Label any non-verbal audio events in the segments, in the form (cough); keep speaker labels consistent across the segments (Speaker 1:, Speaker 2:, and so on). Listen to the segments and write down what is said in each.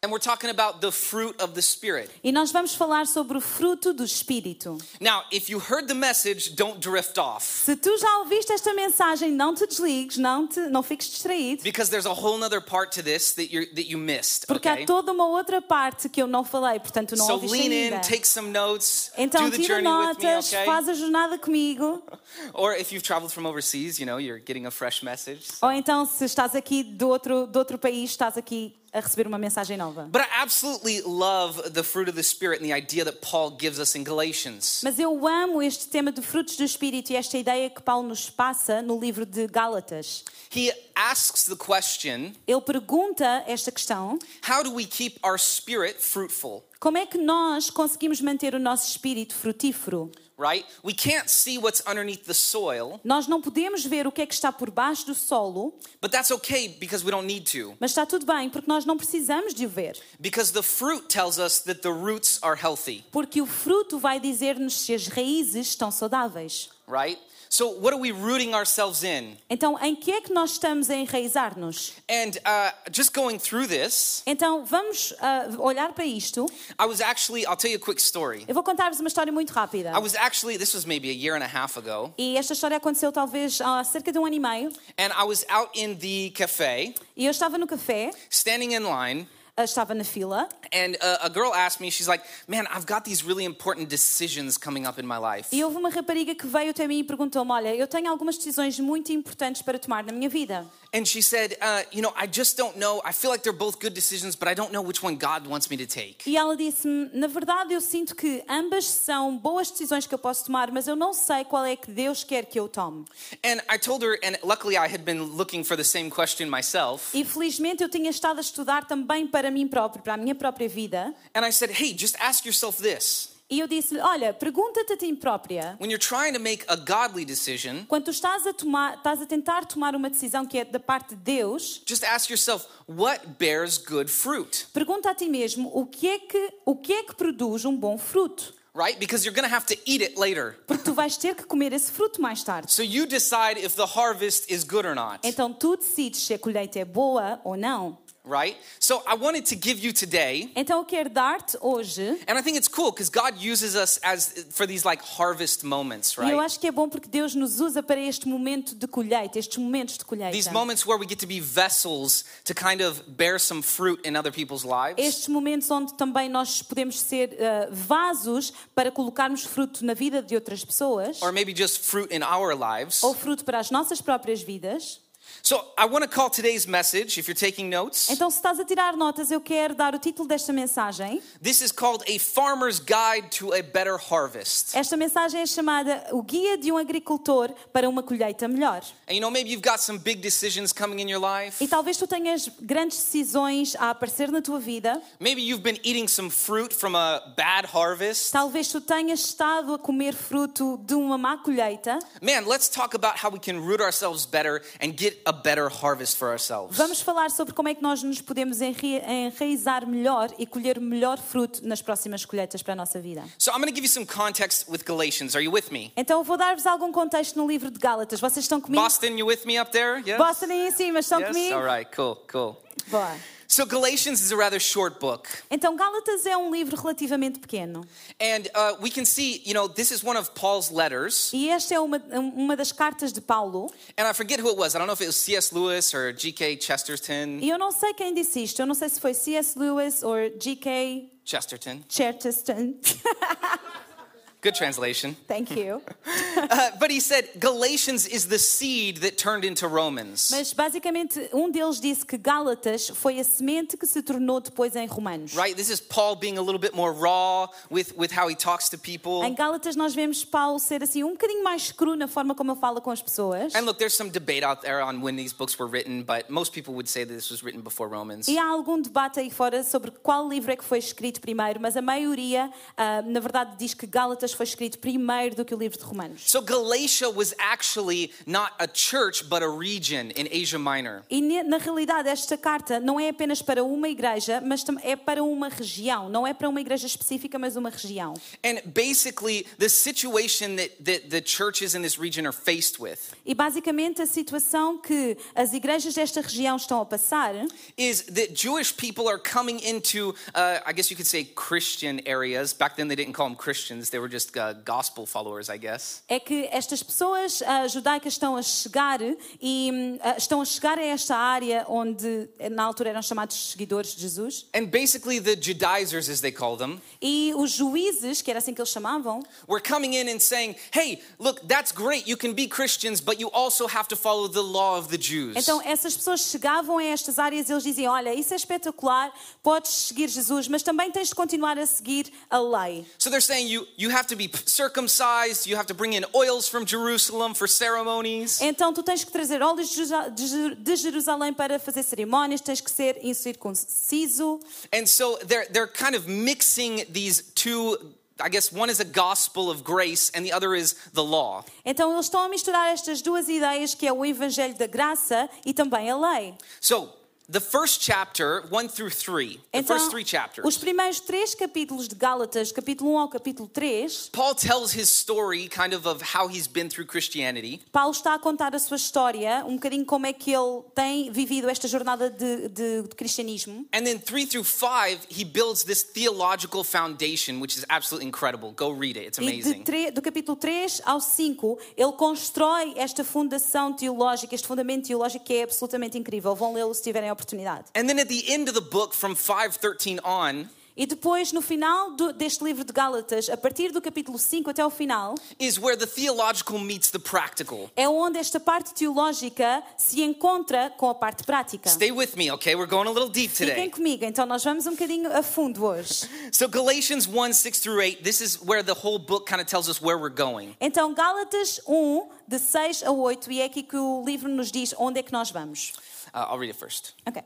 Speaker 1: And we're talking about the fruit of the Spirit.
Speaker 2: E nós vamos falar sobre o fruto do Espírito.
Speaker 1: Now, if you heard the message, don't drift off
Speaker 2: Se tu já ouviste esta mensagem, não te desligues, não, te, não fiques distraído.
Speaker 1: because there's a whole nother part to this that, you're, that you missed.
Speaker 2: Porque
Speaker 1: okay?
Speaker 2: há toda uma outra parte que eu não falei, portanto não
Speaker 1: So
Speaker 2: ouviste
Speaker 1: lean
Speaker 2: ainda.
Speaker 1: in, take some notes,
Speaker 2: então
Speaker 1: do the
Speaker 2: tira
Speaker 1: journey with me,
Speaker 2: notas,
Speaker 1: okay?
Speaker 2: faz a jornada
Speaker 1: (laughs)
Speaker 2: comigo.
Speaker 1: Or if you've traveled from overseas, you know, you're getting a fresh message.
Speaker 2: Ou então, se estás aqui de outro, de outro país, estás aqui a receber uma mensagem nova.
Speaker 1: But I absolutely love the fruit of the Spirit and the idea that Paul gives us in Galatians.
Speaker 2: Mas eu amo este tema de frutos do Espírito e esta ideia que Paulo nos passa no livro de Gálatas.
Speaker 1: He asks the question
Speaker 2: Ele pergunta esta questão:
Speaker 1: how do we keep our spirit fruitful?
Speaker 2: como é que nós conseguimos manter o nosso espírito frutífero?
Speaker 1: Right? We can't see what's underneath the soil,
Speaker 2: Nós não podemos ver o que é que está por baixo do solo,
Speaker 1: but that's okay because we don't need to.
Speaker 2: mas está tudo bem, porque nós não precisamos de o ver.
Speaker 1: Because the fruit tells us that the roots are healthy,
Speaker 2: Porque o fruto vai dizer-nos se as raízes estão saudáveis.
Speaker 1: right? So, what are we rooting ourselves in?
Speaker 2: Então, em que é que nós estamos a enraizar-nos?
Speaker 1: And uh, just going through this,
Speaker 2: Então, vamos ah, olhar para isto.
Speaker 1: I was actually, I'll tell you a quick story.
Speaker 2: Eu vou contar-vos uma história muito rápida.
Speaker 1: I was actually, this was maybe a year and a half ago,
Speaker 2: E esta história aconteceu talvez há cerca de um ano e meio.
Speaker 1: and I was out in the cafe,
Speaker 2: E eu estava no café,
Speaker 1: standing in line,
Speaker 2: ah, estava na fila,
Speaker 1: and uh, a, a girl asked me, she's like, Man, I've got these really important decisions coming up in my life.
Speaker 2: e houve uma rapariga que veio até mim e perguntou-me: Olha, eu tenho algumas decisões muito importantes para tomar na minha vida.
Speaker 1: And she said, uh, You know, I just don't know. I feel like they're both good decisions, but I don't know which one God wants me to take.
Speaker 2: E ela disse-me: Na verdade, eu sinto que ambas são boas decisões que eu posso tomar, mas eu não sei qual é que Deus quer que eu tome.
Speaker 1: And I told her, and luckily I had been looking for the same question myself.
Speaker 2: E felizmente eu tinha estado a estudar também para mim próprio, para a minha própria vida.
Speaker 1: And I said, Hey, just ask yourself this.
Speaker 2: E eu disse-lhe: Olha, pergunta-te a ti própria.
Speaker 1: When you're trying to make a godly decision,
Speaker 2: Quando tu estás a, tomar, estás a tentar tomar uma decisão que é da parte de Deus,
Speaker 1: just ask yourself, What bears good fruit?
Speaker 2: pergunta a ti mesmo o que é que, o que, é que produz um bom fruto.
Speaker 1: Right? Because you're going to have to eat it later.
Speaker 2: Porque tu vais ter que comer esse fruto mais tarde.
Speaker 1: So you decide if the harvest is good or not.
Speaker 2: Então tu decides se a colheita é boa ou não.
Speaker 1: Right? So I wanted to give you today.
Speaker 2: Então eu quero dar-te hoje,
Speaker 1: And I think it's cool because God uses us as for these like harvest moments,
Speaker 2: e eu
Speaker 1: right?
Speaker 2: acho que é bom porque Deus nos usa para este momento de colheita, estes momentos de
Speaker 1: These
Speaker 2: colheita.
Speaker 1: moments where we get to be vessels to kind of bear some fruit in other people's lives.
Speaker 2: Estes momentos onde também nós podemos ser eh, vasos para colocarmos fruto na vida de outras pessoas,
Speaker 1: Or maybe just fruit in our lives.
Speaker 2: ou fruto para as nossas próprias vidas.
Speaker 1: So I want to call today's message, if you're taking notes,
Speaker 2: Então, se estás a tirar notas, eu quero dar o título desta mensagem.
Speaker 1: this is called A Farmer's Guide to a Better Harvest.
Speaker 2: Esta mensagem é chamada O Guia de um Agricultor para uma Colheita Melhor.
Speaker 1: And you know, maybe you've got some big decisions coming in your life.
Speaker 2: E talvez tu tenhas grandes decisões a aparecer na tua vida,
Speaker 1: Maybe you've been eating some fruit from a bad harvest.
Speaker 2: talvez tu tenhas estado a comer fruto de uma má colheita.
Speaker 1: Man, let's talk about how we can root ourselves better and get a better harvest for ourselves.
Speaker 2: Vamos falar sobre como é que nós nos podemos enri- enraizar melhor e colher melhor fruto nas próximas colheitas para a nossa vida.
Speaker 1: So I'm going to give you some context with Galatians. Are you with me?
Speaker 2: Então, eu vou dar-vos algum contexto no livro de Gálatas. Vocês estão comigo?
Speaker 1: Boston, you with me up there? Yes.
Speaker 2: Boston aí em cima, estão
Speaker 1: Yes.
Speaker 2: comigo?
Speaker 1: All right. Cool. Cool.
Speaker 2: Boa.
Speaker 1: So Galatians is a rather short book,
Speaker 2: Então, Gálatas é um livro relativamente pequeno.
Speaker 1: and uh, we can see, you know, this is one of Paul's letters,
Speaker 2: E esta é uma, uma das cartas de Paulo.
Speaker 1: and I forget who it was. I don't know if it was C.S. Lewis or G.K. Chesterton.
Speaker 2: E eu não sei quem disse isto. Eu não sei se foi C.S. Lewis ou G.K.
Speaker 1: Chesterton.
Speaker 2: Chesterton. (laughs)
Speaker 1: Good translation.
Speaker 2: Thank you.
Speaker 1: Uh, but he said Galatians is the seed that turned into Romans.
Speaker 2: Mas basicamente um deles disse que Gálatas foi a semente que se tornou depois em Romanos.
Speaker 1: Right? This is Paul being a little bit more raw with, with how he talks to
Speaker 2: Em
Speaker 1: people.
Speaker 2: Gálatas nós vemos Paulo ser assim um bocadinho mais cru na forma como ele fala com as pessoas.
Speaker 1: And look, there's some debate out there on when these books were written, but most people would say that this was written before Romans.
Speaker 2: E há algum debate aí fora sobre qual livro é que foi escrito primeiro, mas a maioria, ah, na verdade, diz que Gálatas Gálatas foi escrito primeiro do que o livro de Romanos.
Speaker 1: So Galatia was actually not a church, but a region in Asia Minor.
Speaker 2: E ne- na realidade, esta carta não é apenas para uma igreja, mas tam- é para uma região. Não é para uma igreja específica, mas uma região.
Speaker 1: And basically, the situation that, that the churches in this region are faced with
Speaker 2: E basicamente, a situação que as igrejas desta região estão a passar
Speaker 1: is that Jewish people are coming into, uh, I guess you could say, Christian areas. Back then, they didn't call them Christians, they were just uh, gospel followers, I guess.
Speaker 2: é que estas pessoas ah, judaicas estão a chegar e hum, ah, estão a chegar a esta área onde eh, na altura eram chamados seguidores de Jesus.
Speaker 1: And basically, the Judaizers, as they call them,
Speaker 2: E os juízes, que era assim que eles chamavam,
Speaker 1: were coming in and saying, hey, look, that's great. You can be Christians, but you also have to follow the law of the Jews.
Speaker 2: Então essas pessoas chegavam a estas áreas e eles diziam: Olha, isso é espetacular, podes seguir Jesus, mas também tens de continuar a seguir a lei.
Speaker 1: So they're saying you, you have to be circumcised, you have to bring in oils from Jerusalem for ceremonies.
Speaker 2: Então tu tens que trazer óleos de Jerusa- de Jeru- de Jerusalém para fazer cerimónias, tens que ser incircunciso.
Speaker 1: And so they're, they're kind of mixing these two. I guess one is a gospel of grace and the other is the law.
Speaker 2: Então eles estão a misturar estas duas ideias, que é o evangelho da graça e também a lei.
Speaker 1: So the first chapter, one through three, the
Speaker 2: Então,
Speaker 1: first three chapters,
Speaker 2: os primeiros três capítulos de Gálatas, capítulo 1 ao capítulo 3,
Speaker 1: Paul tells his story kind of of how he's been through Christianity.
Speaker 2: Paulo está a contar a sua história, um bocadinho como é que ele tem vivido esta jornada de, de- de cristianismo.
Speaker 1: And then three through five, he builds this theological foundation, which is absolutely incredible. Go read it, it's
Speaker 2: E de
Speaker 1: amazing.
Speaker 2: tre- do capítulo 3 ao 5, ele constrói esta fundação teológica, este fundamento teológico que é absolutamente incrível. Vão lê-lo se tiverem a oportunidade.
Speaker 1: And then at the end of the book, from 513 on,
Speaker 2: E depois, no final do- deste livro de Gálatas, a partir do capítulo 5 até o final,
Speaker 1: is where the theological meets the practical.
Speaker 2: é onde esta parte teológica se encontra com a parte prática.
Speaker 1: Stay with me, okay? We're going a little deep
Speaker 2: Fiquem
Speaker 1: today.
Speaker 2: comigo, então nós vamos um bocadinho a fundo hoje.
Speaker 1: So, Galatians 1 6 through 8, this is where the whole book kind of tells us where we're going.
Speaker 2: Então, Gálatas 1, de 6 a 8, e é aqui que o livro nos diz onde é que nós vamos.
Speaker 1: Uh, I'll read it first.
Speaker 2: Ok.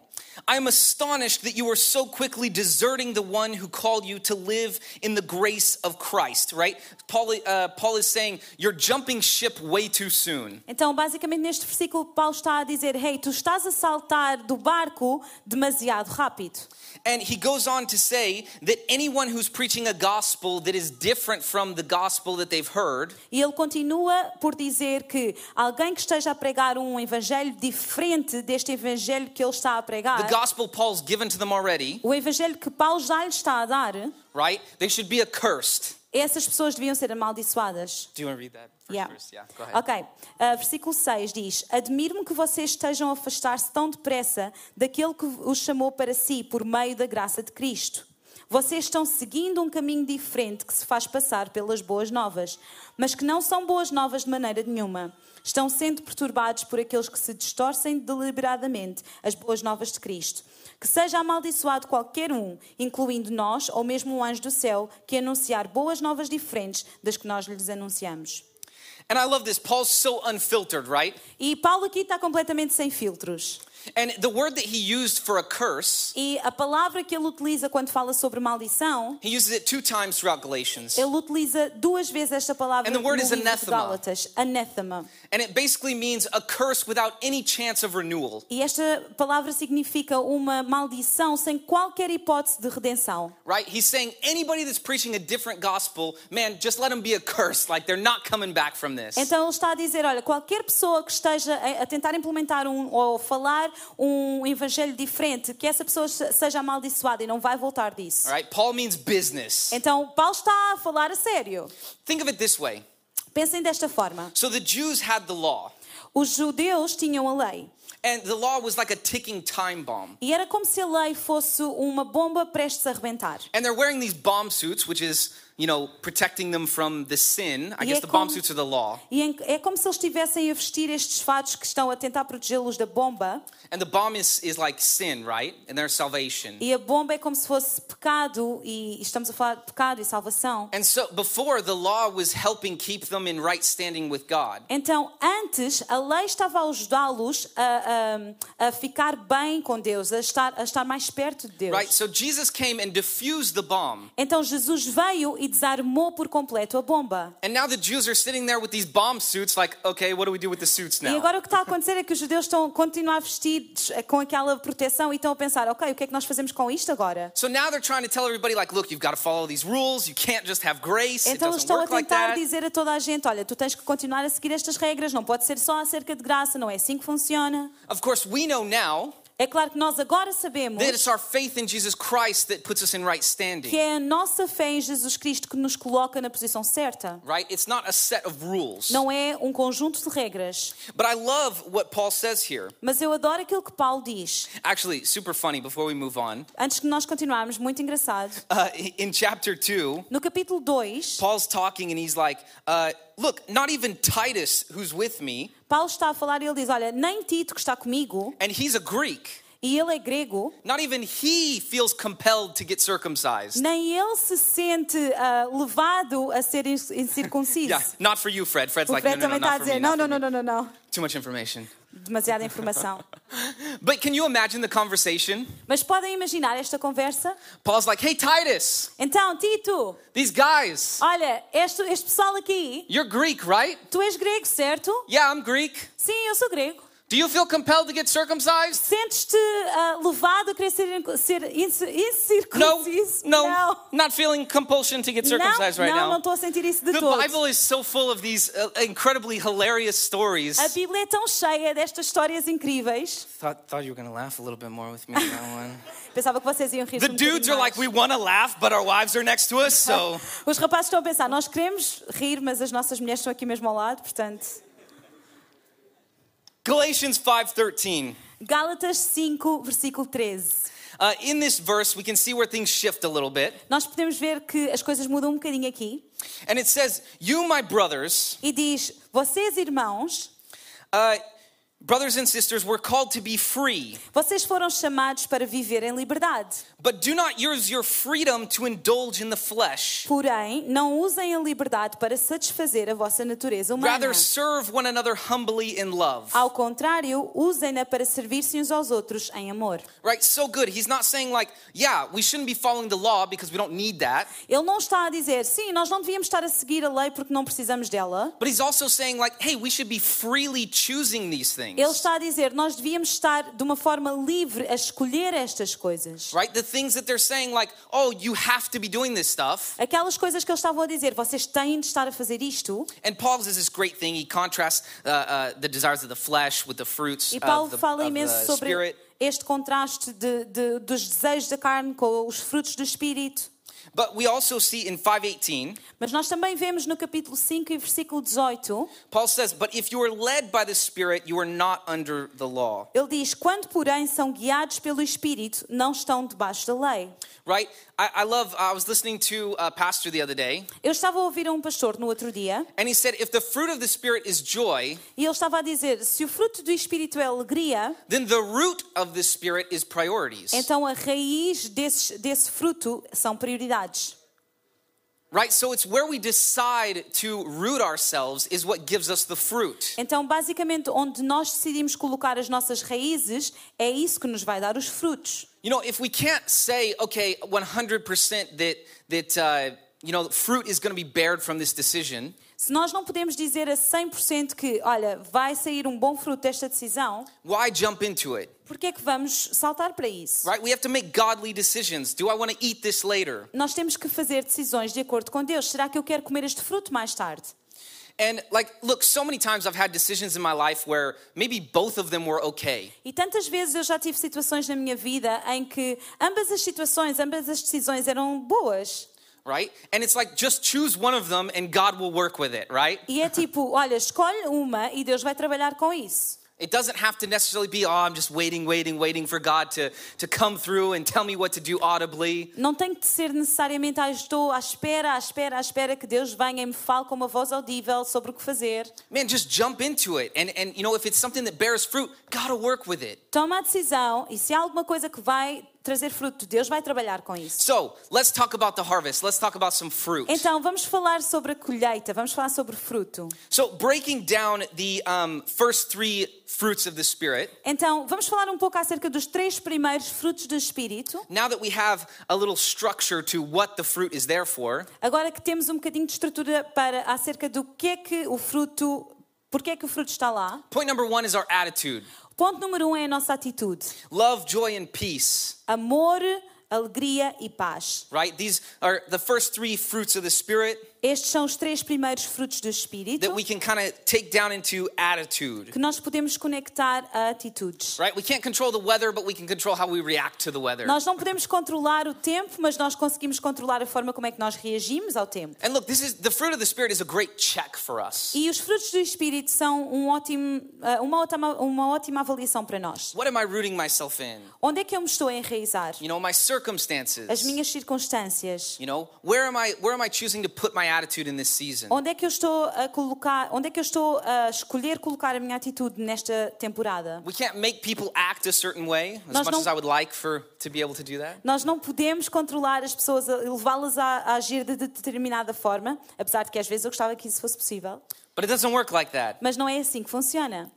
Speaker 1: I am astonished that you are so quickly deserting the one who called you to live in the grace of Christ, right? Paul, uh, Paul is saying, You're jumping ship way too soon.
Speaker 2: Então, basicamente, neste versículo, Paulo está a dizer: Hey, tu estás a saltar do barco demasiado rápido.
Speaker 1: And he goes on to say that anyone who's preaching a gospel that is different from the gospel that they've heard
Speaker 2: E ele continua por dizer que alguém que esteja a pregar um evangelho diferente deste evangelho que ele está a
Speaker 1: the
Speaker 2: pregar,
Speaker 1: gospel Paul's given to them already,
Speaker 2: o evangelho que Paulo já lhe está a dar,
Speaker 1: right? They should be accursed.
Speaker 2: essas pessoas deviam ser amaldiçoadas.
Speaker 1: Do you want to read that first
Speaker 2: Yeah.
Speaker 1: verse? Yeah, go ahead.
Speaker 2: Ok, Ah, versículo 6 diz: Admiro-me que vocês estejam a afastar-se tão depressa daquele que os chamou para si por meio da graça de Cristo. Vocês estão seguindo um caminho diferente que se faz passar pelas boas novas, mas que não são boas novas de maneira nenhuma. Estão sendo perturbados por aqueles que se distorcem deliberadamente as boas novas de Cristo. Que seja amaldiçoado qualquer um, incluindo nós ou mesmo um anjo do céu, que anunciar boas novas diferentes das que nós lhes anunciamos.
Speaker 1: And I love this. Paul's so unfiltered, right?
Speaker 2: E Paulo aqui está completamente sem filtros.
Speaker 1: And the word that he used for a curse,
Speaker 2: E a palavra que ele utiliza quando fala sobre maldição,
Speaker 1: he uses it two times throughout Galatians.
Speaker 2: ele utiliza duas vezes esta palavra
Speaker 1: And the word
Speaker 2: no
Speaker 1: is
Speaker 2: livro de
Speaker 1: anathema.
Speaker 2: Gálatas, anathema.
Speaker 1: And it basically means a curse without any chance of renewal,
Speaker 2: E esta palavra significa uma maldição sem qualquer hipótese de redenção.
Speaker 1: right? He's saying anybody that's preaching a different gospel, man, just let them be accursed. Like they're not coming back from this.
Speaker 2: Então ele está a dizer, olha, qualquer pessoa que esteja a- a tentar implementar um, ou falar um evangelho diferente, que essa pessoa se- seja amaldiçoada e não vai voltar disso.
Speaker 1: All right? Paul means business.
Speaker 2: Então Paulo está a falar a sério.
Speaker 1: Think of it this way.
Speaker 2: Pensem desta forma.
Speaker 1: So the Jews had the law,
Speaker 2: Os judeus tinham a lei.
Speaker 1: and the law was like a ticking time bomb.
Speaker 2: E era como se a lei fosse uma bomba prestes a arrebentar.
Speaker 1: And they're wearing these bomb suits, which is, you know, protecting them from the sin. I
Speaker 2: E
Speaker 1: guess
Speaker 2: é
Speaker 1: the bomb
Speaker 2: como-
Speaker 1: suits are the law.
Speaker 2: E em- é como se eles estivessem a vestir estes fatos que estão a tentar protegê-los da bomba.
Speaker 1: And the bomb is, is like sin, right? And there's salvation.
Speaker 2: E a bomba é como se fosse pecado, e estamos a falar de pecado e salvação.
Speaker 1: And so before, the law was helping keep them in right standing with God.
Speaker 2: Então, antes, a lei estava a ajudá-los a, a- a ficar bem com Deus, a estar, a estar mais perto de Deus.
Speaker 1: Right? So Jesus came and diffused the bomb.
Speaker 2: Então, Jesus veio e desarmou por completo a bomba.
Speaker 1: And now the Jews are sitting there with these bomb suits, like, okay, what do we do with the suits
Speaker 2: E
Speaker 1: now?
Speaker 2: agora o que está a acontecer é que os judeus estão a continuar vestidos eh, com aquela proteção e estão a pensar, ok, o que é que nós fazemos com isto agora?
Speaker 1: So now they're trying to tell everybody, like, look, you've got to follow these rules. You can't just have grace. It
Speaker 2: Então eles
Speaker 1: doesn't
Speaker 2: estão a
Speaker 1: work like
Speaker 2: tentar
Speaker 1: that.
Speaker 2: dizer a toda a gente, olha, tu tens que continuar a seguir estas regras, não pode ser só acerca de graça, não é assim que funciona.
Speaker 1: Of course, we know now
Speaker 2: É claro que nós agora sabemos
Speaker 1: that it's our faith in Jesus Christ that puts us in right
Speaker 2: que
Speaker 1: standing,
Speaker 2: é a nossa fé em Jesus Cristo que nos coloca na posição certa.
Speaker 1: right? It's not a set of rules.
Speaker 2: Não é um conjunto de regras.
Speaker 1: But I love what Paul says here.
Speaker 2: Mas eu adoro aquilo que Paulo diz.
Speaker 1: Actually, super funny before we move on.
Speaker 2: Antes que nós continuarmos, muito engraçado.
Speaker 1: Uh, (laughs) in chapter 2,
Speaker 2: No capítulo 2,
Speaker 1: Paul's talking and he's like, uh, look, not even Titus, who's with me,
Speaker 2: Paulo está a falar e ele diz: Olha, nem Tito que está comigo,
Speaker 1: and he's a Greek,
Speaker 2: e ele é grego,
Speaker 1: not even he feels compelled to get circumcised.
Speaker 2: nem ele se sente ah, levado a ser inc- incircunciso.
Speaker 1: Yeah, not for you, Oh, Fred. Fred's
Speaker 2: O
Speaker 1: like, no,
Speaker 2: Fred
Speaker 1: no,
Speaker 2: também
Speaker 1: no,
Speaker 2: está a
Speaker 1: not for
Speaker 2: dizer:
Speaker 1: me,
Speaker 2: Não,
Speaker 1: not
Speaker 2: não,
Speaker 1: for
Speaker 2: não, não,
Speaker 1: me.
Speaker 2: não, não.
Speaker 1: Too much information. (laughs)
Speaker 2: Demasiada informação.
Speaker 1: But can you imagine the conversation?
Speaker 2: Mas podem imaginar esta conversa?
Speaker 1: Paul's like, hey, Titus,
Speaker 2: Então, Tito,
Speaker 1: these guys,
Speaker 2: olha, este, este pessoal aqui,
Speaker 1: you're Greek, right?
Speaker 2: tu és grego, certo?
Speaker 1: Yeah, I'm Greek.
Speaker 2: Sim, eu sou grego.
Speaker 1: Do you feel compelled to get circumcised?
Speaker 2: Sentes-te ah, levado a querer ser, inc- ser inc-
Speaker 1: No,
Speaker 2: incircunciso?
Speaker 1: no, not feeling compulsion to get circumcised
Speaker 2: não,
Speaker 1: right
Speaker 2: não, não
Speaker 1: now.
Speaker 2: estou a sentir isso de
Speaker 1: The
Speaker 2: todo.
Speaker 1: Bible is so full of these uh, incredibly hilarious stories.
Speaker 2: A Bíblia é tão cheia destas histórias incríveis.
Speaker 1: Thought, thought you were gonna laugh a little bit more with me on that (laughs) one.
Speaker 2: Pensava que vocês iam rir
Speaker 1: The
Speaker 2: um
Speaker 1: dudes are
Speaker 2: bocadinho
Speaker 1: like,
Speaker 2: mais.
Speaker 1: we want to laugh, but our wives are next to us, so
Speaker 2: Os rapazes estão a pensar, nós queremos rir, mas as nossas mulheres estão aqui mesmo ao lado, portanto...
Speaker 1: Galatians 5:13.
Speaker 2: Gálatas 5, versículo 13.
Speaker 1: Uh, in this verse, we can see where things shift a little bit,
Speaker 2: Nós podemos ver que as coisas mudam um bocadinho aqui.
Speaker 1: and it says, "You, my brothers,
Speaker 2: E diz, vocês irmãos,
Speaker 1: uh, brothers and sisters, were called to be free,
Speaker 2: vocês foram chamados para viver em liberdade.
Speaker 1: but do not use your freedom to indulge in the flesh.
Speaker 2: Porém, não usem a liberdade para satisfazer a vossa natureza humana.
Speaker 1: Rather, serve one another humbly in love."
Speaker 2: Ao contrário, usem-na para servir-se uns aos outros em amor.
Speaker 1: Right? So good. He's not saying like, "Yeah, we shouldn't be following the law because we don't need that."
Speaker 2: Ele não está a dizer, sim, nós não devíamos estar a seguir a lei porque não precisamos dela.
Speaker 1: But he's also saying, like, hey, we should be freely choosing these things.
Speaker 2: Ele está a dizer, nós devíamos estar de uma forma livre a escolher estas coisas.
Speaker 1: Right? The things that they're saying, like, oh, you have to be doing this stuff.
Speaker 2: Aquelas coisas que eles estavam a dizer, vocês têm de estar a fazer isto.
Speaker 1: And Paul does this great thing. He contrasts uh, uh, the desires of the flesh with the fruits
Speaker 2: E Paulo
Speaker 1: of Ah, the,
Speaker 2: fala
Speaker 1: of the
Speaker 2: imenso sobre
Speaker 1: spirit.
Speaker 2: este contraste de- de- dos desejos da carne com os frutos do espírito.
Speaker 1: But we also see in 518,
Speaker 2: Mas nós também vemos no capítulo 5 e versículo 18,
Speaker 1: Paul says, But if you are led by the Spirit, you are not under the law.
Speaker 2: ele diz: Quando, porém, são guiados pelo espírito, não estão debaixo da lei.
Speaker 1: Right? I, I love, I was listening to a pastor the other day,
Speaker 2: Eu estava a ouvir a um pastor no outro dia
Speaker 1: and he said, If the fruit of the Spirit is joy,
Speaker 2: e ele estava a dizer: se o fruto do espírito é alegria,
Speaker 1: then the root of the Spirit is priorities.
Speaker 2: então a raiz desses- desse fruto são prioridades.
Speaker 1: Right? So it's where we decide to root ourselves is what gives us the fruit.
Speaker 2: Então, basicamente, onde nós decidimos colocar as nossas raízes, é isso que nos vai dar os frutos.
Speaker 1: You know, if we can't say, okay, 100% that, that uh, you know, fruit is going to be bared from this decision,
Speaker 2: Se nós não podemos dizer a 100% que, olha, vai sair um bom fruto desta decisão,
Speaker 1: why jump into it?
Speaker 2: por que é que vamos saltar para isso?
Speaker 1: Right? We have to make godly decisions. Do I want to eat this later?
Speaker 2: Nós temos que fazer decisões de acordo com Deus. Será que eu quero comer este fruto mais tarde?
Speaker 1: And like, look, so many times I've had decisions in my life where maybe both of them were okay.
Speaker 2: E tantas vezes eu já tive situações na minha vida em que ambas as situações, ambas as decisões eram boas.
Speaker 1: Right? And it's like, just choose one of them and God will work with it, right?
Speaker 2: E é tipo, olha, escolhe uma e Deus vai trabalhar com isso.
Speaker 1: It doesn't have to necessarily be, oh, I'm just waiting, waiting, waiting for God to, to come through and tell me what to do audibly.
Speaker 2: Não tem que ser necessariamente, ah, estou à espera, à espera, à espera que Deus venha e me fale com uma voz audível sobre o que fazer.
Speaker 1: Man, just jump into it. And, and you know, if it's something that bears fruit, gotta work with it.
Speaker 2: Toma a decisão e se há alguma coisa que vai trazer fruto. Deus vai trabalhar com isso.
Speaker 1: So let's talk about the harvest. Let's talk about some fruit.
Speaker 2: Então, vamos falar sobre a colheita, vamos falar sobre fruto.
Speaker 1: So breaking down the um, first three fruits of the Spirit,
Speaker 2: Então, vamos falar um pouco acerca dos três primeiros frutos do Espírito.
Speaker 1: now that we have a little structure to what the fruit is there for,
Speaker 2: Agora que temos um bocadinho de estrutura para acerca do que é que o fruto, porque é que o fruto está lá.
Speaker 1: point number one is our attitude.
Speaker 2: Ponto número um é a nossa atitude:
Speaker 1: Love, joy, and peace,
Speaker 2: amor, alegria e paz.
Speaker 1: right? These are the first three fruits of the Spirit
Speaker 2: Estes são os três primeiros frutos do Espírito
Speaker 1: that we can kind of take down into attitude,
Speaker 2: que nós podemos conectar a atitudes.
Speaker 1: right? We can't control the weather, but we can control how we react to the weather.
Speaker 2: Nós não podemos controlar o tempo, mas nós conseguimos controlar a forma como é que nós reagimos ao tempo.
Speaker 1: And look, this is the fruit of the Spirit is a great check for us.
Speaker 2: E os frutos do Espírito são um ótimo, ah, uma, ótima, uma ótima avaliação para nós.
Speaker 1: What am I rooting myself in?
Speaker 2: Onde é que eu me estou a enraizar?
Speaker 1: You know, my
Speaker 2: As
Speaker 1: circumstances.
Speaker 2: minhas circunstâncias.
Speaker 1: You know, where am I where am I choosing to put my attitude in this season?
Speaker 2: Onde é que eu estou a colocar? Onde é que eu estou a escolher colocar a minha atitude nesta temporada?
Speaker 1: We can't make people act a certain way as
Speaker 2: Nós
Speaker 1: much
Speaker 2: não-
Speaker 1: as I would like for to be able to do that.
Speaker 2: Nós não podemos controlar as pessoas, a- levá-las a, a agir de determinada forma, apesar de que às vezes eu gostava que isso fosse possível,
Speaker 1: But it doesn't work like that.
Speaker 2: mas não é assim que funciona.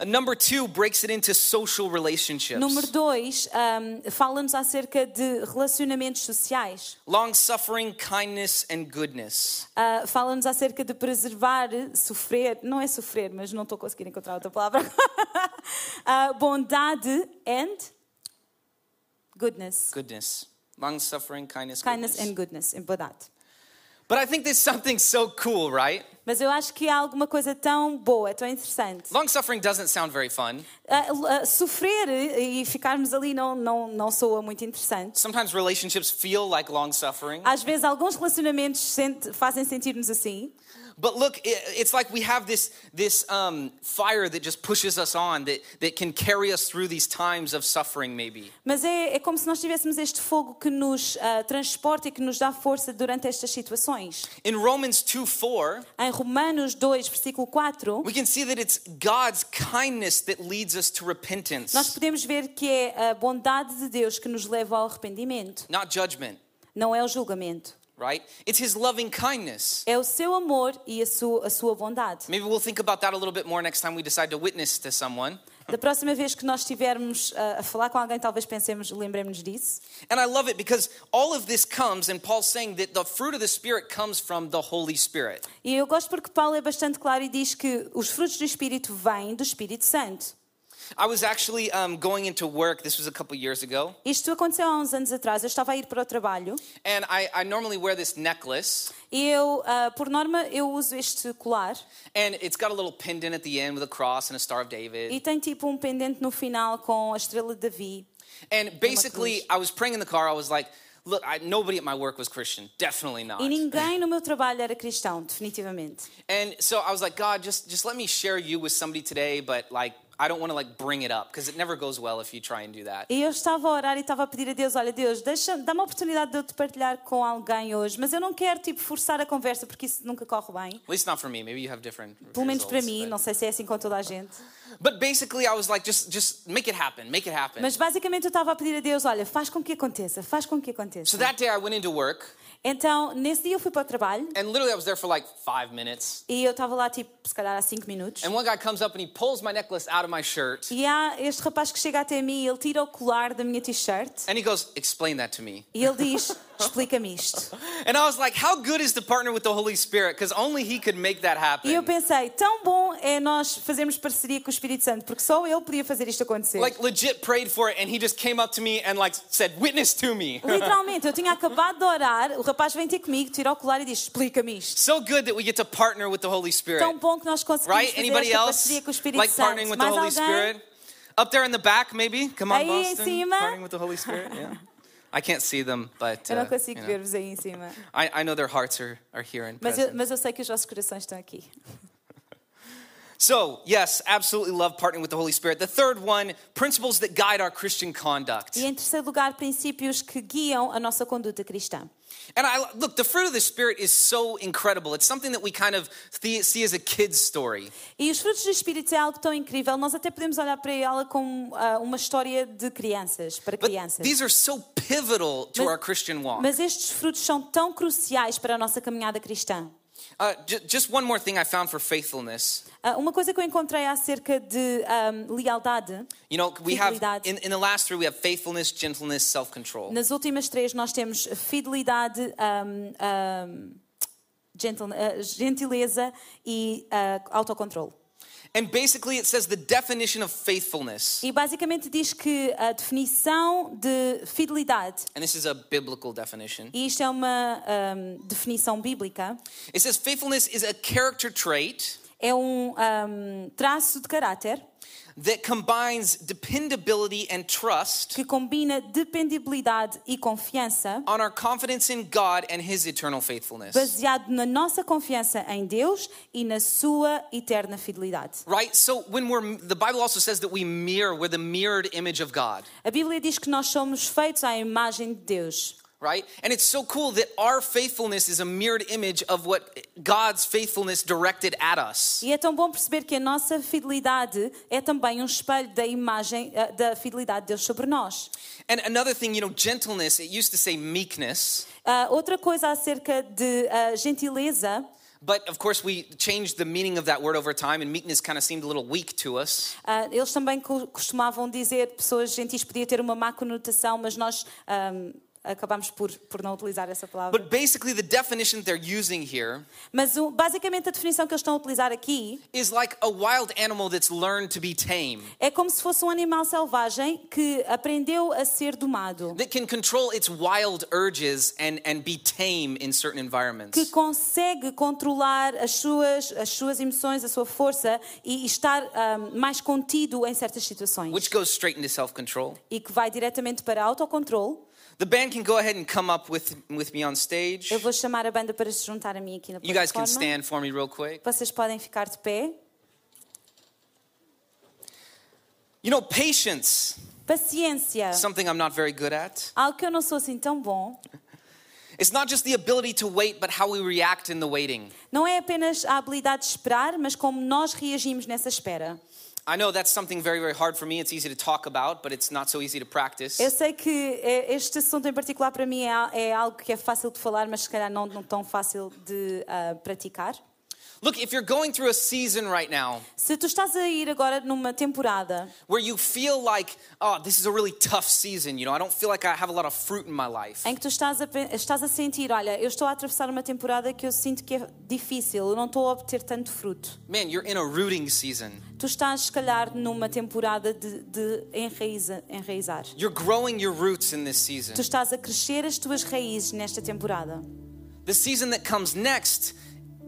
Speaker 1: Uh, Number 2 breaks it into social
Speaker 2: Número
Speaker 1: relationships.
Speaker 2: dois, ahm, fala-nos acerca de relacionamentos sociais.
Speaker 1: Long suffering, kindness and goodness.
Speaker 2: Ah, fala-nos acerca de preservar, sofrer, não é sofrer, mas não estou conseguindo encontrar outra palavra. (laughs) Ah, bondade and goodness.
Speaker 1: Goodness. Long suffering, kindness,
Speaker 2: Kindness and goodness,
Speaker 1: goodness.
Speaker 2: em bondade.
Speaker 1: But I think there's something so cool, right?
Speaker 2: Mas eu acho que há alguma coisa tão boa, tão interessante.
Speaker 1: Long suffering doesn't sound very fun.
Speaker 2: Ah, ah, sofrer e ficarmos ali não, não, não soa muito interessante.
Speaker 1: Sometimes relationships feel like long suffering.
Speaker 2: Às vezes alguns relacionamentos sente- fazem sentir-nos assim,
Speaker 1: But look, i- it's like we have this this um, fire that just pushes us on that that can carry us through these times of suffering, maybe.
Speaker 2: mas é, é como se nós tivéssemos este fogo que nos ah, transporta e que nos dá força durante estas situações.
Speaker 1: In Romans two four,
Speaker 2: Em Romanos 2, versículo 4,
Speaker 1: we can see that it's God's kindness that leads us to
Speaker 2: nós
Speaker 1: repentance,
Speaker 2: podemos ver que é a bondade de Deus que nos leva ao arrependimento,
Speaker 1: not judgment,
Speaker 2: não é o julgamento.
Speaker 1: right? It's His loving kindness.
Speaker 2: É o seu amor e a sua, a sua bondade.
Speaker 1: Maybe we'll think about that a little bit more next time we decide to witness to someone.
Speaker 2: Da próxima vez que nós estivermos ah, a falar com alguém, talvez pensemos, lembremos-nos disso.
Speaker 1: And I love it because all of this comes, and Paul's saying that the fruit of the Spirit comes from the Holy Spirit.
Speaker 2: E eu gosto porque Paulo é bastante claro e diz que os frutos do Espírito vêm do Espírito Santo.
Speaker 1: I was actually um, going into work, this was a couple years ago.
Speaker 2: Isto aconteceu há uns anos atrás. Eu estava a ir para o trabalho
Speaker 1: And I, I normally wear this necklace,
Speaker 2: e eu, ah, por norma, eu uso este colar
Speaker 1: and it's got a little pendant at the end with a cross and a Star of David.
Speaker 2: e tem tipo um pendente no final com a estrela de Davi.
Speaker 1: and basically,
Speaker 2: cruz.
Speaker 1: I was praying in the car. I was like, look, I, nobody at my work was Christian. Definitely not.
Speaker 2: E ninguém no meu trabalho era cristão, definitivamente.
Speaker 1: and so I was like, God, just, just let me share you with somebody today, but like, I don't want to like bring it up because it never goes well if you try and do that.
Speaker 2: E eu estava a orar e estava a pedir a Deus, olha Deus, deixa, dá-me a oportunidade de eu te partilhar com alguém hoje, mas eu não quero tipo forçar a conversa porque isso nunca corre bem.
Speaker 1: At least not for me. Maybe you have different.
Speaker 2: Pelo menos para
Speaker 1: results,
Speaker 2: mim, não
Speaker 1: but,
Speaker 2: sei se é assim com toda a gente.
Speaker 1: but basically, I was like, just, just make it happen. Make it happen.
Speaker 2: Mas basicamente eu estava a pedir a Deus, olha, faz com que aconteça, faz com que
Speaker 1: so
Speaker 2: aconteça.
Speaker 1: that day, I went into work,
Speaker 2: Então, nesse dia eu fui para o trabalho
Speaker 1: and literally, I was there for like five minutes.
Speaker 2: e eu estava lá tipo, se calhar há 5 minutos.
Speaker 1: And one guy comes up and he pulls my necklace out of my shirt
Speaker 2: E há este rapaz que chega até mim e ele tira o colar da minha t-shirt
Speaker 1: and he goes, Explain that to me.
Speaker 2: e ele
Speaker 1: (laughs)
Speaker 2: diz, explica-me isto.
Speaker 1: And I was like, How good is to partner with the Holy Spirit? Because only he could make that happen.
Speaker 2: E eu pensei, tão bom é nós fazermos parceria com o Espírito Santo, porque só ele podia fazer isto acontecer.
Speaker 1: Like, legit prayed for it and he just came up to me and like said, Witness to me.
Speaker 2: Literalmente, eu tinha acabado de orar, o rapaz vem ter comigo, tira o colar e diz: Explica-me isto.
Speaker 1: so good that we get to partner with the Holy Spirit.
Speaker 2: Tão bom que nós conseguimos
Speaker 1: right?
Speaker 2: fazer
Speaker 1: Anybody
Speaker 2: esta
Speaker 1: else
Speaker 2: parceria com o Espírito
Speaker 1: like
Speaker 2: Santo.
Speaker 1: partnering with the
Speaker 2: Mais
Speaker 1: Holy
Speaker 2: alguém?
Speaker 1: Spirit? Up there in the back, maybe? Come on,
Speaker 2: Aí em
Speaker 1: Boston.
Speaker 2: cima.
Speaker 1: Partnering with the
Speaker 2: (laughs)
Speaker 1: Holy Spirit? Yeah. I can't see them, but
Speaker 2: Eu
Speaker 1: uh,
Speaker 2: não consigo
Speaker 1: you know,
Speaker 2: ver-vos aí em cima.
Speaker 1: I, I know their hearts are, are here in
Speaker 2: Mas
Speaker 1: present.
Speaker 2: eu, mas eu sei que os vossos corações estão aqui.
Speaker 1: So, yes, absolutely love partnering with the Holy Spirit. The third one, principles that guide our Christian conduct.
Speaker 2: E em terceiro lugar, princípios que guiam a nossa conduta cristã.
Speaker 1: And I look, the fruit of the Spirit is so incredible. It's something that we kind of the- see as a kid's story.
Speaker 2: E os frutos do Espírito é algo tão incrível, nós até podemos olhar para ela como ah, uma história de crianças, para
Speaker 1: But
Speaker 2: crianças.
Speaker 1: these are so pivotal to
Speaker 2: Mas-
Speaker 1: our Christian walk.
Speaker 2: Mas estes frutos são tão cruciais para a nossa caminhada cristã.
Speaker 1: Uh, ju- just one more thing I found for faithfulness.
Speaker 2: Ah, uma coisa que eu encontrei acerca de ah, lealdade,
Speaker 1: You know, we have
Speaker 2: Fidelidade.
Speaker 1: in, in the last three we have faithfulness, gentleness, self-control.
Speaker 2: nas últimas três nós temos fidelidade, ahm, ahm, gentle- ah, gentileza e ah, autocontrole.
Speaker 1: And basically, it says the definition of faithfulness,
Speaker 2: E basicamente diz que a definição de fidelidade,
Speaker 1: and this is a biblical definition.
Speaker 2: e isto é uma ahm, definição bíblica,
Speaker 1: It says faithfulness is a character trait
Speaker 2: é um ahm, traço de caráter
Speaker 1: that combines dependability and trust
Speaker 2: que combina dependibilidade e confiança,
Speaker 1: on our confidence in God and His eternal faithfulness.
Speaker 2: baseado na nossa confiança em Deus e na sua eterna fidelidade.
Speaker 1: Right? So when we're the Bible also says that we mirror, we're the mirrored image of God.
Speaker 2: A Bíblia diz que nós somos feitos à imagem de Deus.
Speaker 1: Right? And it's so cool that our faithfulness is a mirrored image of what God's faithfulness directed at us.
Speaker 2: E é tão bom perceber que a nossa fidelidade é também um espelho da imagem eh, da fidelidade de Deus sobre nós.
Speaker 1: And another thing, you know, gentleness, it used to say meekness,
Speaker 2: Ah, outra coisa acerca de ah, gentileza,
Speaker 1: but of course we changed the meaning of that word over time and meekness kind of seemed a little weak to us.
Speaker 2: ah, eles também co- costumavam dizer pessoas gentis podia ter uma má conotação, mas nós acabámos acabamos por, por não utilizar essa palavra.
Speaker 1: But basically the definition they're using here
Speaker 2: Mas o- basicamente a definição que eles estão a utilizar aqui
Speaker 1: is like a wild animal that's learned to be tame,
Speaker 2: É como se fosse um animal selvagem que aprendeu a ser domado,
Speaker 1: that can control its wild urges and, and be tame in certain
Speaker 2: que
Speaker 1: environments.
Speaker 2: consegue controlar as suas, as suas emoções, a sua força e estar ahm, mais contido em certas situações.
Speaker 1: Which goes straight into self control.
Speaker 2: E que vai diretamente para autocontrole.
Speaker 1: The band can go ahead and come up with, with me on stage.
Speaker 2: Eu vou chamar a banda para se juntar a mim aqui na
Speaker 1: You guys can
Speaker 2: plataforma.
Speaker 1: stand for me real quick.
Speaker 2: Vocês podem ficar de pé.
Speaker 1: You know, patience,
Speaker 2: Paciência.
Speaker 1: something I'm not very good at.
Speaker 2: Algo que eu não sou assim tão bom.
Speaker 1: It's not just the ability to wait, but how we react in the waiting.
Speaker 2: Não é apenas a habilidade de esperar, mas como nós reagimos nessa espera.
Speaker 1: I know that's something very, very hard for me. It's easy to talk about, but it's not so easy to practice.
Speaker 2: Eu sei que eh, este assunto em particular para mim é, a- é algo que é fácil de falar, mas se calhar não, não tão fácil de ah, praticar.
Speaker 1: Look, if you're going through a season right now
Speaker 2: Se tu estás a ir agora numa temporada
Speaker 1: where you feel like, oh, this is a really tough season, you know, I don't feel like I have a lot of fruit in my life.
Speaker 2: em que tu estás a, pe- estás a sentir, olha, eu estou a atravessar uma temporada que eu sinto que é difícil, eu não estou a obter tanto fruto.
Speaker 1: Man, you're in a rooting season.
Speaker 2: Tu estás, se calhar, numa temporada de, de enraiza- enraizar.
Speaker 1: You're growing your roots in this
Speaker 2: Tu
Speaker 1: season.
Speaker 2: estás a crescer as tuas raízes nesta temporada.
Speaker 1: The season that comes next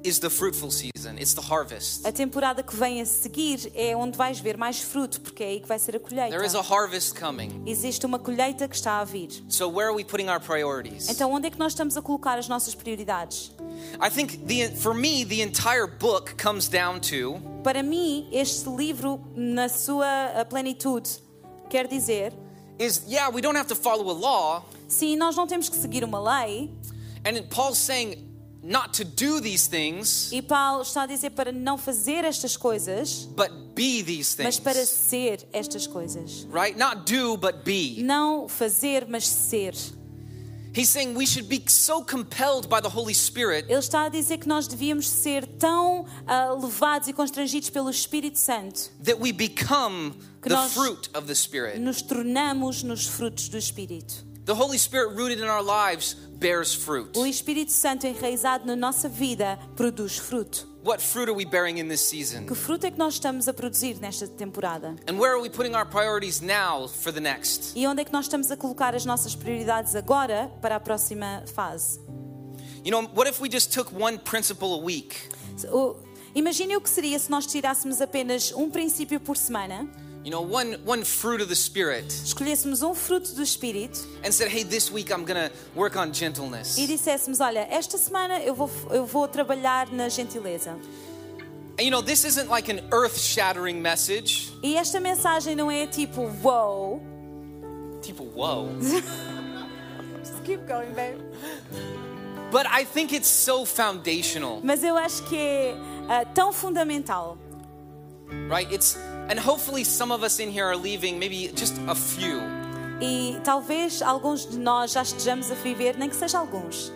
Speaker 1: is the fruitful season, it's the harvest.
Speaker 2: A temporada que vem a seguir é onde vais ver mais fruto, porque é aí que vai ser a colheita.
Speaker 1: There is a harvest coming.
Speaker 2: Existe uma colheita que está a vir.
Speaker 1: So, where are we putting our priorities?
Speaker 2: Então, onde é que nós estamos a colocar as nossas prioridades?
Speaker 1: I think the, for me, the entire book comes down to
Speaker 2: Para mim, este livro, na sua plenitude, quer dizer:
Speaker 1: is yeah, we don't have to follow a law.
Speaker 2: sim, nós não temos que seguir uma lei,
Speaker 1: And then Paul's saying not to do these things,
Speaker 2: e Paulo está a dizer para não fazer estas coisas,
Speaker 1: but be these
Speaker 2: mas
Speaker 1: things.
Speaker 2: para ser estas coisas.
Speaker 1: Right? Not do, but be.
Speaker 2: Não fazer, mas ser.
Speaker 1: He's saying we should be so compelled by the Holy Spirit
Speaker 2: Ele está a dizer que nós devíamos ser tão ah, levados e constrangidos pelo Espírito Santo,
Speaker 1: that we become
Speaker 2: Que
Speaker 1: the
Speaker 2: nós-
Speaker 1: fruit of the Spirit.
Speaker 2: nos tornamos nos frutos do Espírito.
Speaker 1: The Holy Spirit rooted in our lives bears fruit.
Speaker 2: O Espírito Santo enraizado na nossa vida produz fruto.
Speaker 1: What fruit are we bearing in this season?
Speaker 2: Que fruto é que nós estamos a produzir nesta temporada?
Speaker 1: And where are we putting our priorities now for the next?
Speaker 2: E onde é que nós estamos a colocar as nossas prioridades agora para a próxima fase?
Speaker 1: You know, what if we just took one principle a week?
Speaker 2: Se- o- Imagine o que seria se nós tirássemos apenas um princípio por semana,
Speaker 1: You know, one one fruit of the Spirit.
Speaker 2: escolhêssemos um fruto do Espírito
Speaker 1: and said, "Hey, this week I'm gonna work on gentleness."
Speaker 2: e disséssemos: Olha, esta semana eu vou, eu vou trabalhar na gentileza.
Speaker 1: And you know, this isn't like an earth shattering message.
Speaker 2: E esta mensagem não é tipo, wow.
Speaker 1: People, whoa.
Speaker 2: Just keep going, babe.
Speaker 1: But I think it's so foundational,
Speaker 2: Mas eu acho que é ah, tão fundamental.
Speaker 1: right? It's, and hopefully some of us in here are leaving, maybe just a few,
Speaker 2: E talvez alguns de nós já estejamos a viver, nem que seja alguns.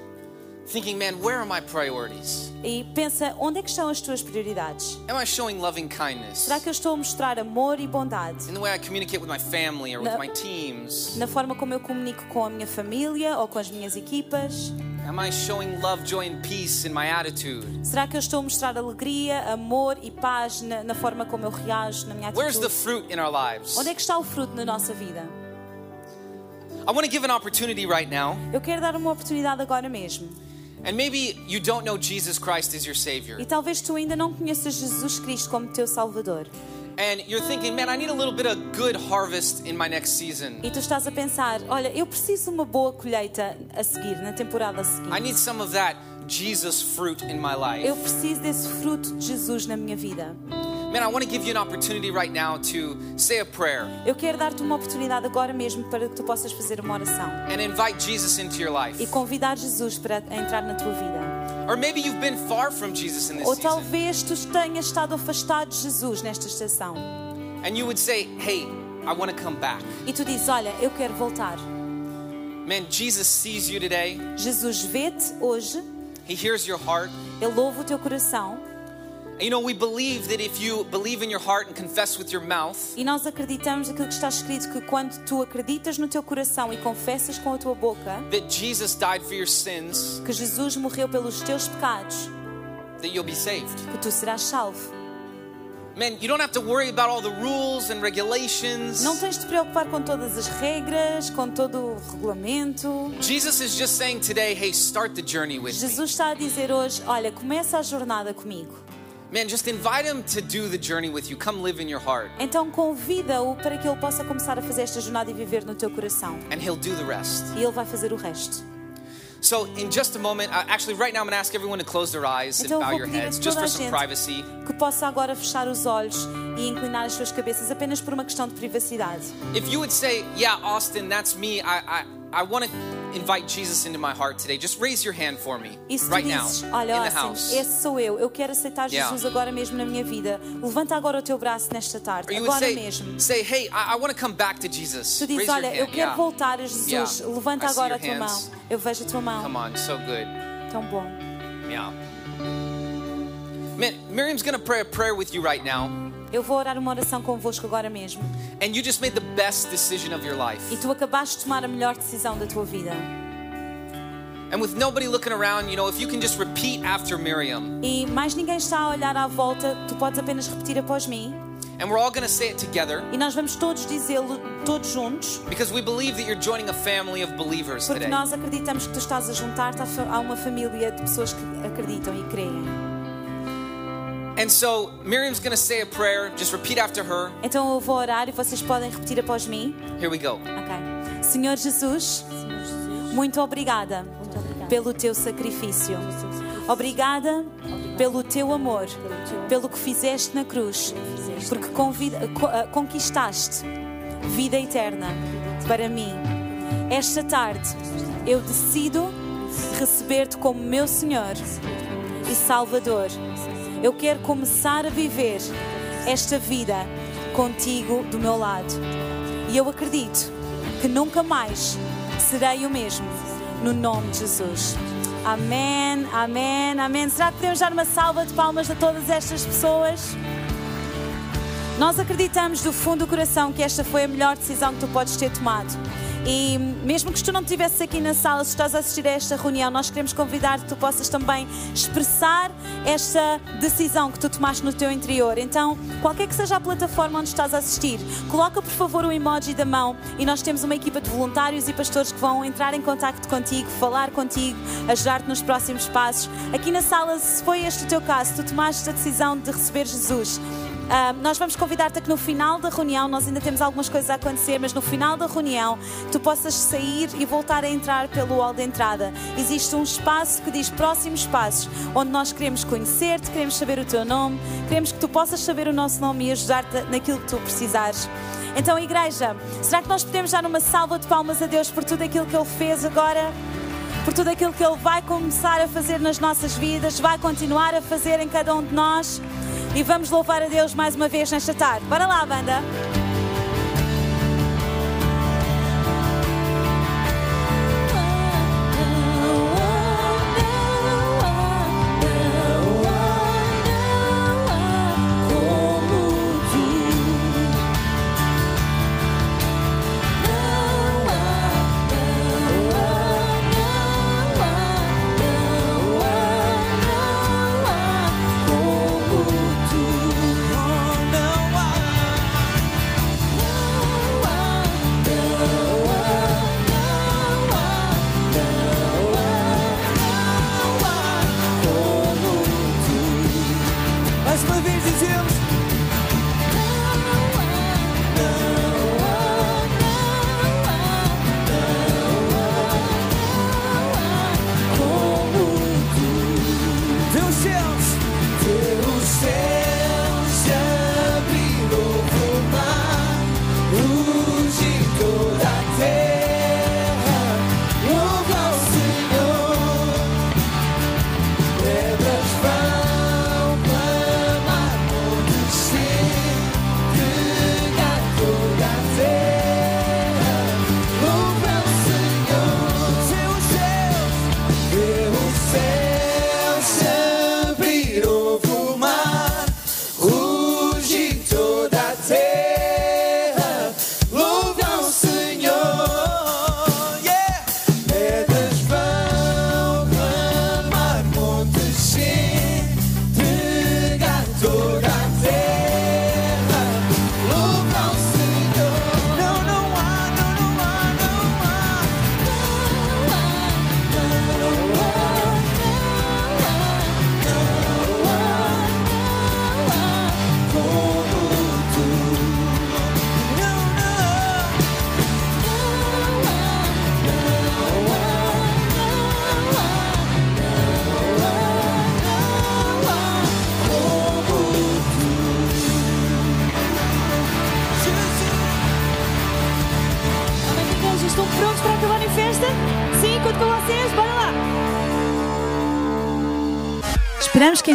Speaker 1: thinking, man, where are my priorities?
Speaker 2: E pensa, onde é que estão as tuas prioridades?
Speaker 1: Am I showing loving kindness
Speaker 2: Será que eu estou a mostrar amor e bondade?
Speaker 1: in the way I communicate with my family or with
Speaker 2: No.
Speaker 1: my teams?
Speaker 2: Na forma como eu comunico com a minha família ou com as minhas equipas?
Speaker 1: Am I showing love, joy, and peace in my attitude?
Speaker 2: Será que eu estou a mostrar alegria, amor e paz na, na forma como eu reajo, na minha
Speaker 1: Where's the
Speaker 2: atitude?
Speaker 1: fruit in our lives?
Speaker 2: Onde é que está o fruto na nossa vida?
Speaker 1: I want to give an opportunity right now,
Speaker 2: Eu quero dar uma oportunidade agora mesmo.
Speaker 1: and maybe you don't know Jesus Christ as your Savior.
Speaker 2: E talvez tu ainda não conheças Jesus Cristo como teu Salvador.
Speaker 1: and you're thinking, man, I need a little bit of good harvest in my next season.
Speaker 2: E tu estás a pensar, olha, eu preciso de uma boa colheita a seguir, na temporada a
Speaker 1: I
Speaker 2: seguir.
Speaker 1: need some of that Jesus fruit in my
Speaker 2: Eu
Speaker 1: life.
Speaker 2: preciso desse fruto de Jesus na minha vida.
Speaker 1: Man, I want to give you an opportunity right now to say a prayer
Speaker 2: Eu quero dar-te uma oportunidade agora mesmo para que tu possas fazer uma oração
Speaker 1: and invite Jesus into your
Speaker 2: e
Speaker 1: life.
Speaker 2: convidar Jesus para entrar na tua vida.
Speaker 1: Or maybe you've been far from Jesus in this
Speaker 2: Ou
Speaker 1: season,
Speaker 2: talvez tu tenhas estado afastado de Jesus nesta estação
Speaker 1: and you would say, hey, I want to come back.
Speaker 2: e tu dizes, olha, eu quero voltar.
Speaker 1: Man, Jesus sees you today.
Speaker 2: Jesus vê-te hoje,
Speaker 1: He hears your heart.
Speaker 2: ele ouve o teu coração
Speaker 1: And you know, we believe that if you believe in your heart and confess with your mouth,
Speaker 2: e nós acreditamos naquilo que está escrito que quando tu acreditas no teu coração e confessas com a tua boca
Speaker 1: that Jesus died for your sins,
Speaker 2: que Jesus morreu pelos teus pecados,
Speaker 1: that you'll be saved.
Speaker 2: que tu serás salvo.
Speaker 1: Man, you don't have to worry about all the rules and regulations.
Speaker 2: Não tens de te preocupar com todas as regras, com todo o regulamento.
Speaker 1: Jesus is just saying today, hey, start the journey with me.
Speaker 2: Jesus está a dizer hoje: olha, começa a jornada comigo.
Speaker 1: Man, just invite him to do the journey with you. Come live in your heart,
Speaker 2: Então convida-o para que ele possa começar a fazer esta jornada e viver no teu coração.
Speaker 1: and he'll do the rest.
Speaker 2: E ele vai fazer o resto.
Speaker 1: So, in just a moment, uh, actually, right now, I'm gonna ask everyone to close their eyes and
Speaker 2: Então eu
Speaker 1: bow
Speaker 2: vou
Speaker 1: your
Speaker 2: pedir a
Speaker 1: heads
Speaker 2: toda
Speaker 1: just for
Speaker 2: a
Speaker 1: some
Speaker 2: gente
Speaker 1: privacy.
Speaker 2: que possa agora fechar os olhos e inclinar as suas cabeças apenas por uma questão de privacidade.
Speaker 1: If you would say, yeah, Austin, that's me, I, I, I wanna invite Jesus into my heart today, just raise your hand for me
Speaker 2: E se tu
Speaker 1: right now
Speaker 2: dizes,
Speaker 1: in
Speaker 2: olha,
Speaker 1: the
Speaker 2: assim,
Speaker 1: house.
Speaker 2: esse sou eu, eu quero aceitar
Speaker 1: Yeah.
Speaker 2: Jesus agora mesmo na minha vida, levanta agora o teu braço nesta
Speaker 1: Or
Speaker 2: tarde,
Speaker 1: you would
Speaker 2: agora
Speaker 1: say,
Speaker 2: mesmo.
Speaker 1: say hey, I, I wanna come back to Jesus.
Speaker 2: Tu
Speaker 1: raise
Speaker 2: dizes,
Speaker 1: your
Speaker 2: olha, eu
Speaker 1: hand.
Speaker 2: quero
Speaker 1: yeah.
Speaker 2: voltar a Jesus,
Speaker 1: Yeah.
Speaker 2: levanta
Speaker 1: I see
Speaker 2: agora a
Speaker 1: your
Speaker 2: tua
Speaker 1: hands.
Speaker 2: mão. Eu vejo a tua
Speaker 1: Come
Speaker 2: mão,
Speaker 1: on, so good.
Speaker 2: tão bom.
Speaker 1: Yeah. Man, Miriam's gonna pray a prayer with you right now,
Speaker 2: Eu vou orar uma oração convosco agora mesmo.
Speaker 1: and you just made the best decision of your
Speaker 2: E
Speaker 1: life.
Speaker 2: tu acabaste de tomar a melhor decisão da tua vida.
Speaker 1: And with nobody looking around, you know, if you can just repeat after Miriam,
Speaker 2: E mais ninguém está a olhar à volta, tu podes apenas repetir após mim.
Speaker 1: and we're all gonna say it together
Speaker 2: E nós vamos todos dizê-lo, todos juntos,
Speaker 1: because we believe that you're joining a family of believers
Speaker 2: porque
Speaker 1: today.
Speaker 2: nós acreditamos que tu estás a juntar-te à fa- a uma família de pessoas que acreditam e creem.
Speaker 1: And so Miriam's gonna say a prayer, just repeat after her.
Speaker 2: Então eu vou orar e vocês podem repetir após mim.
Speaker 1: Here we go.
Speaker 2: Ok. Senhor Jesus, muito obrigada pelo teu sacrifício. Obrigada pelo teu amor, pelo que fizeste na cruz, porque convida- co- ah, conquistaste vida eterna para mim. Esta tarde eu decido receber-te como meu Senhor e Salvador. Eu quero começar a viver esta vida contigo do meu lado e eu acredito que nunca mais serei o mesmo, no nome de Jesus. Amém, amém, amém. Será que podemos dar uma salva de palmas a todas estas pessoas? Nós acreditamos do fundo do coração que esta foi a melhor decisão que tu podes ter tomado. E mesmo que tu não estivesse aqui na sala, se estás a assistir a esta reunião, nós queremos convidar que tu possas também expressar esta decisão que tu tomaste no teu interior. Então, qualquer que seja a plataforma onde estás a assistir, coloca por favor o emoji da mão e nós temos uma equipa de voluntários e pastores que vão entrar em contacto contigo, falar contigo, ajudar-te nos próximos passos. Aqui na sala, se foi este o teu caso, tu tomaste a decisão de receber Jesus Ah, nós vamos convidar-te a que no final da reunião, nós ainda temos algumas coisas a acontecer, mas no final da reunião tu possas sair e voltar a entrar pelo hall de entrada. Existe um espaço que diz próximos passos, onde nós queremos conhecer-te, queremos saber o teu nome, queremos que tu possas saber o nosso nome e ajudar-te naquilo que tu precisares. Então, igreja, será que nós podemos dar uma salva de palmas a Deus por tudo aquilo que Ele fez agora? por tudo aquilo que Ele vai começar a fazer nas nossas vidas, vai continuar a fazer em cada um de nós. E vamos louvar a Deus mais uma vez nesta tarde. Bora lá, banda!
Speaker 3: Mais uma vez dizemos. Vê os céus, vê os céus se abrir novo mar, luz de toda a terra, louva ao Senhor. Pedras vão clamar por descer, regar toda a terra, louva ao Senhor. Vê os céus, vê os céus se abrir, ouve o mar, ruge toda a terra, louva ao Senhor. Yeah! Pedras vão clamar, montes se entregar toda a terra. Louva ao Senhor. Não, não há, não, não há, não há.
Speaker 4: Amém, igreja. Estão prontos para acabar em festa? Sim, conto com vocês. Bora lá.
Speaker 5: Esperamos que a